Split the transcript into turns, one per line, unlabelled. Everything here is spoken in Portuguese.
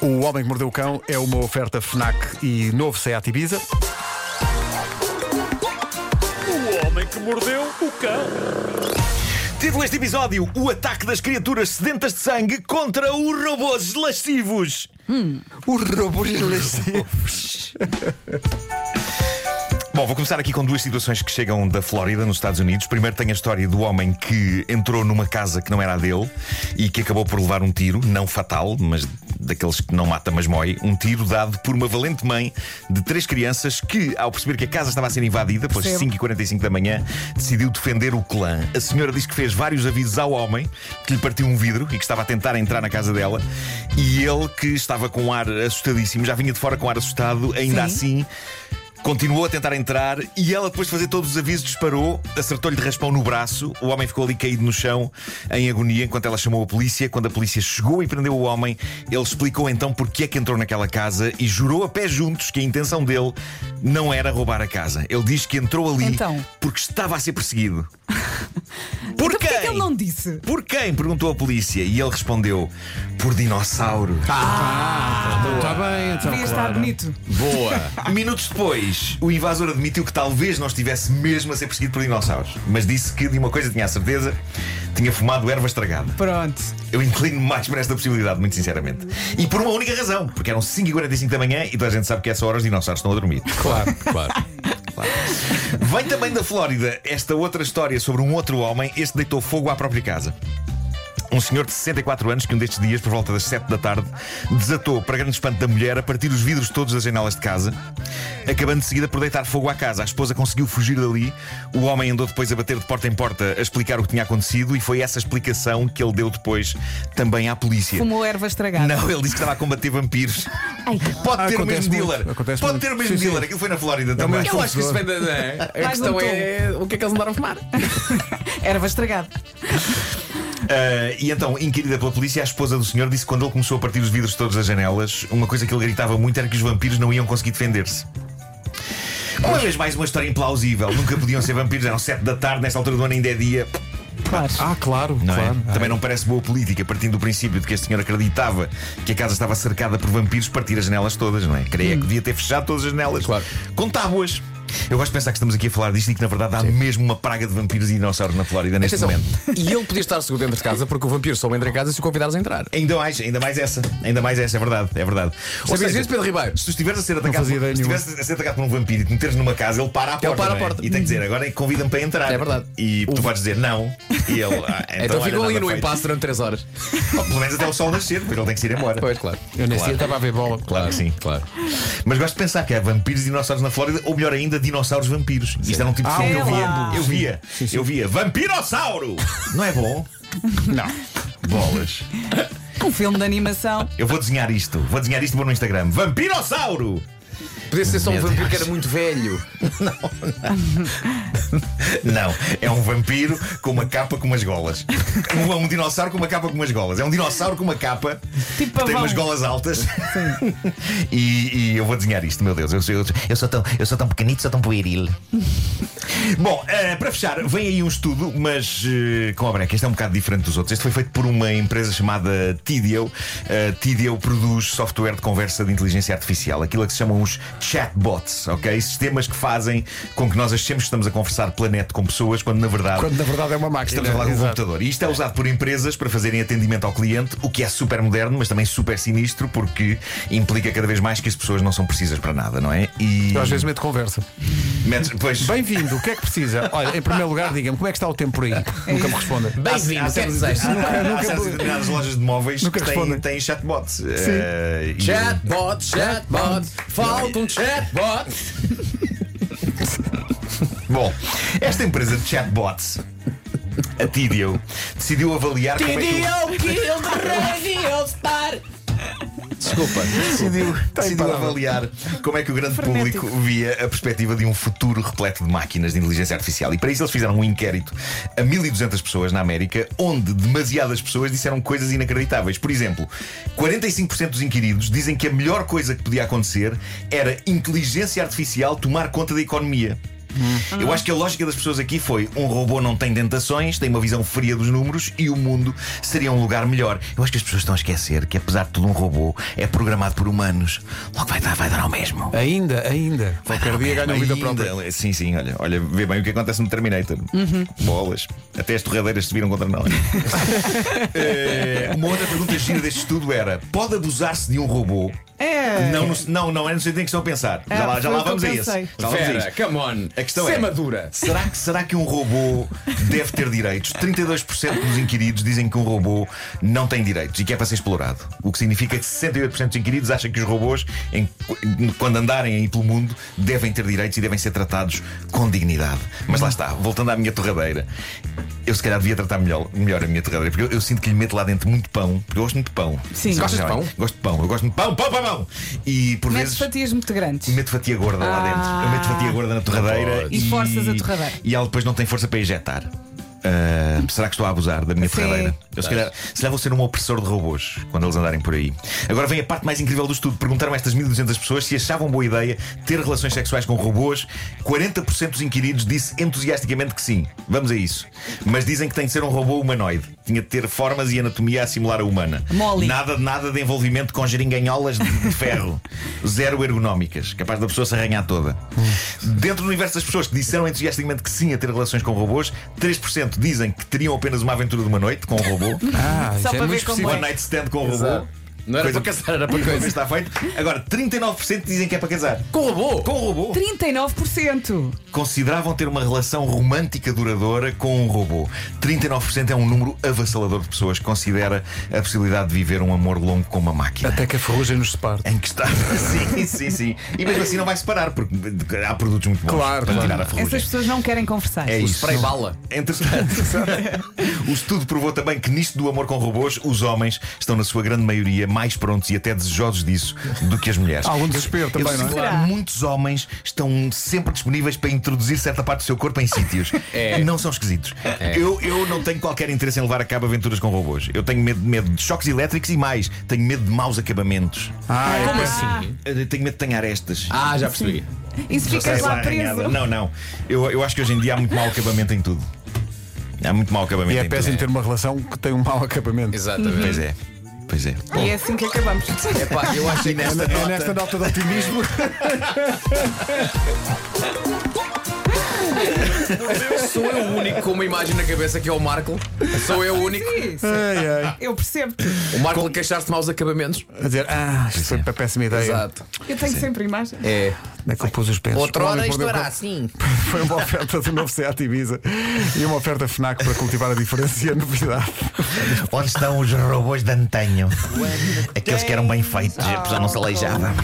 O Homem que Mordeu o Cão é uma oferta FNAC e novo Seat Ibiza.
O homem que mordeu o cão.
Título deste episódio: O ataque das criaturas sedentas de sangue contra os robôs lascivos.
Os robôs lascivos.
Bom, vou começar aqui com duas situações que chegam da Flórida, nos Estados Unidos. Primeiro tem a história do homem que entrou numa casa que não era a dele e que acabou por levar um tiro, não fatal, mas daqueles que não mata, mas mói. Um tiro dado por uma valente mãe de três crianças que, ao perceber que a casa estava a ser invadida, pelas 5h45 da manhã, decidiu defender o clã. A senhora diz que fez vários avisos ao homem, que lhe partiu um vidro e que estava a tentar entrar na casa dela. E ele, que estava com um ar assustadíssimo, já vinha de fora com um ar assustado, ainda assim. Continuou a tentar entrar e ela, depois de fazer todos os avisos, disparou, acertou-lhe de raspão no braço. O homem ficou ali caído no chão, em agonia, enquanto ela chamou a polícia. Quando a polícia chegou e prendeu o homem, ele explicou então porque é que entrou naquela casa e jurou a pé juntos que a intenção dele não era roubar a casa. Ele diz que entrou ali
Então?
porque estava a ser perseguido. Por
Então porquê
quem?
que ele não disse?
Por quem? Perguntou a polícia e ele respondeu: por dinossauros.
Está bem,
Ah,
então.
Devia estar bonito.
Boa.
Minutos depois, o invasor admitiu que talvez não estivesse mesmo a ser perseguido por dinossauros, mas disse que de uma coisa tinha a certeza: tinha fumado erva estragada.
Pronto.
Eu inclino mais para esta possibilidade, muito sinceramente. E por uma única razão, porque eram 5h45 da manhã e toda a gente sabe que a essa hora os dinossauros estão a dormir.
Claro, claro.
Vem também da Flórida esta outra história sobre um outro homem, este deitou fogo à própria casa. Um senhor de 64 anos que um destes dias, por volta das 7 da tarde, desatou, para grande espanto da mulher, a partir os vidros todos das janelas de casa, acabando de seguida por deitar fogo à casa. A esposa conseguiu fugir dali, o homem andou depois a bater de porta em porta a explicar o que tinha acontecido e foi essa explicação que ele deu depois também à polícia.
Fumou erva estragada.
Não, ele disse que estava a combater vampiros.
Ai.
Pode
Ah,
ter o
Acontece
mesmo
muito,
dealer.
acontece
Pode
muito.
ter o mesmo
Sim,
dealer. Aquilo foi na Flórida também.
mesmo
É Eu acho que isso vem da. da- A
um
questão é o que é que eles andaram a fumar.
Erva estragada.
Uh, e então, inquirida pela polícia, a esposa do senhor disse que quando ele começou a partir os vidros de todas as janelas, uma coisa que ele gritava muito era que os vampiros não iam conseguir defender-se. Uma vez mais uma história implausível. Nunca podiam ser vampiros, eram sete da tarde, nesta altura do ano ainda é dia.
Claro.
Ah, claro,
Não é?
claro.
Ah,
Também não parece boa política, partindo do princípio de que este senhor acreditava que a casa estava cercada por vampiros, partir as janelas todas, não é? Creia que devia ter fechado todas as janelas
Claro.
com tábuas. Eu gosto de pensar que estamos aqui a falar disto e que, na verdade, há mesmo uma praga de vampiros e dinossauros na Flórida neste
Atenção.
momento.
E ele podia estar seguro dentro de casa porque o vampiro só entra em casa se o convidares a entrar.
Ainda mais, ainda mais essa, ainda mais essa, é verdade, é verdade. Ou
Sabias
seja,
isso, Pedro Ribeiro?
se tu estiveres a ser atacado,
fazia
por,
ideia
se estiveres a ser atacado por um vampiro e te meteres numa casa, ele para à porta,
para à
não é?
porta.
e tem que dizer agora convida-me para entrar.
É verdade.
E tu vais dizer não, e ele. Ah, então
Então
olha,
ficou ali
nada
no
feito.
impasse durante 3 horas.
Ou, pelo menos até o sol nascer, porque ele tem que se ir embora.
Pois, claro.
Eu nesse
dia
estava a ver bola.
Claro, sim.
Claro.
Mas gosto de pensar que há vampiros e dinossauros na Flórida, ou melhor ainda, dinossauros vampiros. Isto era um tipo de
Ah,
filme que
é
eu via.
lá.
Eu via. Eu via. Vampirossauro! Não é bom? Não. Bolas.
Um filme de animação.
Eu vou desenhar isto. Vou desenhar isto e vou no Instagram. Vampirossauro!
Podia ser só um
Meu
vampiro
Deus.
que era muito velho.
Não, é um vampiro com uma capa com umas golas. Um, um dinossauro com uma capa com umas golas. É um dinossauro com uma capa
Tipo
que tem
pavão.
umas golas altas. E, e eu vou desenhar isto, meu Deus. Eu, sou- eu, eu sou, tão, eu sou tão pequenito, sou tão pueril. Bom, eh, para fechar, vem aí um estudo, mas eh, com a breca. Este é um bocado diferente dos outros. Este foi feito por uma empresa chamada Tidio. Eh, Tidio produz software de conversa de inteligência artificial, aquilo a que se chamam os chatbots, ok? Sistemas que fazem com que nós achemos que estamos a conversar planeta com pessoas, quando na verdade.
Quando na verdade é uma máquina.
Estamos a falar de um
Exato.
computador. E isto é usado por empresas para fazerem atendimento ao cliente, o que é super moderno, mas também super sinistro, porque implica cada vez mais que as pessoas não são precisas para nada, não é? E.
Eu às vezes meto conversa.
metes- pois,
Bem-vindo, o que é que precisa? Olha, em primeiro lugar, diga-me como é que está o tempo por aí? Nunca me responda.
Há- há certas- há certas determinadas lojas de móveis
Nunca
que têm,
respondem.
têm chatbots. Eh, e-
Chatbot, chatbot, falta um chatbot.
Bom, esta empresa de chatbots, a Tidio, decidiu avaliar como é que o-
kill the radio star. Desculpa.
decidiu, decidiu Tá avaliar como é que o grande
Frenético.
público via a perspectiva de um futuro repleto de máquinas de inteligência artificial. E para isso eles fizeram um inquérito a 1200 pessoas na América, onde demasiadas pessoas disseram coisas inacreditáveis. Por exemplo, 45% dos inquiridos dizem que a melhor coisa que podia acontecer era inteligência artificial tomar conta da economia. Eu acho que a lógica das pessoas aqui foi: um robô não tem dentações, tem uma visão fria dos números e o mundo seria um lugar melhor. Eu acho que as pessoas estão a esquecer que, apesar de tudo, um robô é programado por humanos. Logo vai dar, vai dar ao mesmo.
Ainda, ainda. É. Qualquer dia ganham vida
Ainda.
própria.
Sim, sim, olha, olha, vê bem o que acontece no Terminator.
Uhum.
Bolas. Até as torradeiras se viram contra nós. Eh, uma outra pergunta gira deste estudo era: pode abusar-se de um robô?
É.
Não, no- não, não é no sentido em que estão a pensar.
É,
já lá, já
foi
lá
o que eu
vamos a
pensei.
esse. Já lá vamos a
Vera,
isso.
come on.
A questão
Ser
é-
madura.
Será que, será que um robô deve ter direitos? 32% dos inquiridos dizem que um robô não tem direitos e que é para ser explorado. O que significa que 68% dos inquiridos acham que os robôs, em- quando andarem aí pelo mundo, devem ter direitos e devem ser tratados com dignidade. Mas lá está, voltando à minha torradeira. Eu se calhar devia tratar melhor, melhor a minha torradeira, porque eu, eu sinto que lhe meto lá dentro muito pão, porque eu gosto muito de pão.
Sim.
Vocês
Gostas de
sabem,
pão?
Gosto de pão, eu gosto de pão, pão, pão, pão! E por
Metes
vezes.
fatias muito grandes.
Meto fatia gorda lá
Ah.
dentro. Eu meto fatia gorda na torradeira.
E forças a torradeira.
E ela depois não tem força para injetar. Ah, será que estou a abusar da minha
Sim.
torradeira? Eu se calhar, se calhar vou ser um opressor de robôs quando eles andarem por aí. Agora vem a parte mais incrível do estudo. Perguntaram a estas 1200 pessoas se achavam boa ideia ter relações sexuais com robôs. 40% dos inquiridos disse entusiasticamente que sim. Vamos a isso. Mas dizem que tem de ser um robô humanoide. Tinha de ter formas e anatomia a simular a humana.
Mole.
Nada Nada, nada de envolvimento com geringanholas de de ferro. Zero ergonómicas. Capaz da pessoa se arranhar toda. Dentro do universo das pessoas que disseram entusiasticamente que sim a ter relações com robôs, 3% dizem que teriam apenas uma aventura de uma noite com um robô.
Ah,
Só
isso é muito
para ver como
específico.
One night stand com um robô.
Exato. Não era
Coisa-
para casar, era para
Coisa
coisa.
está feito. Agora, 39% dizem que é para casar.
Com robô?
Com um robô.
39%.
Consideravam ter uma relação romântica duradoura com um robô. 39% é um número avassalador de pessoas que considera a possibilidade de viver um amor longo com uma máquina.
Até que a ferrugem nos separe.
Em que está. Sim, sim, sim. E mesmo assim não vai separar, porque há produtos muito bons
Claro,
para
claro.
tirar a ferrugem.
Essas pessoas não querem conversar.
É
O
isso.
spray bala.
Entretanto, o estudo provou também que nisto do amor com robôs, os homens estão, na sua grande maioria, mais prontos e até desejosos disso do que as mulheres.
Há algum desespero também,
Eu
não é?
sinto
Será?
que Muitos homens estão sempre disponíveis para introduzir certa parte do seu corpo em sítios.
É.
Não são esquisitos.
É.
Eu, eu não tenho qualquer interesse em levar a cabo aventuras com robôs. Eu tenho medo, medo de choques elétricos e mais. Tenho medo de maus acabamentos.
Ah, é
Como assim?
Eu tenho medo de tenhar estas.
Ah, já percebi.
Isso
Só sai
ficas lá
lá arranhada.
preso.
Não, não. Eu, eu acho que hoje em dia há muito mau acabamento em tudo. Há muito mau acabamento
E é
em
péssimo
tudo.
ter uma relação que tem um mau acabamento.
Exatamente.
Pois é. Pois é. Bom,
E é assim que acabamos.
Epá, eu acho que nesta
É nesta nota de otimismo.
Sou eu o único com uma imagem na cabeça que é o Marco. Sou eu o único.
Sim, sim,
ai, ai.
eu percebo-te.
O Marco a queixar-se de maus acabamentos.
A dizer, ah, isto foi para péssima ideia.
Exato.
Eu tenho sempre imagens.
É.
Onde é que eu pus os pensos? O Homem que Mordeu o Cão
assim.
Foi uma oferta do novo Seat Ibiza e uma oferta FNAC para cultivar a diferença e a novidade.
Onde estão os robôs de antanho? Aqueles que eram bem feitos, a pessoa não se aleijava.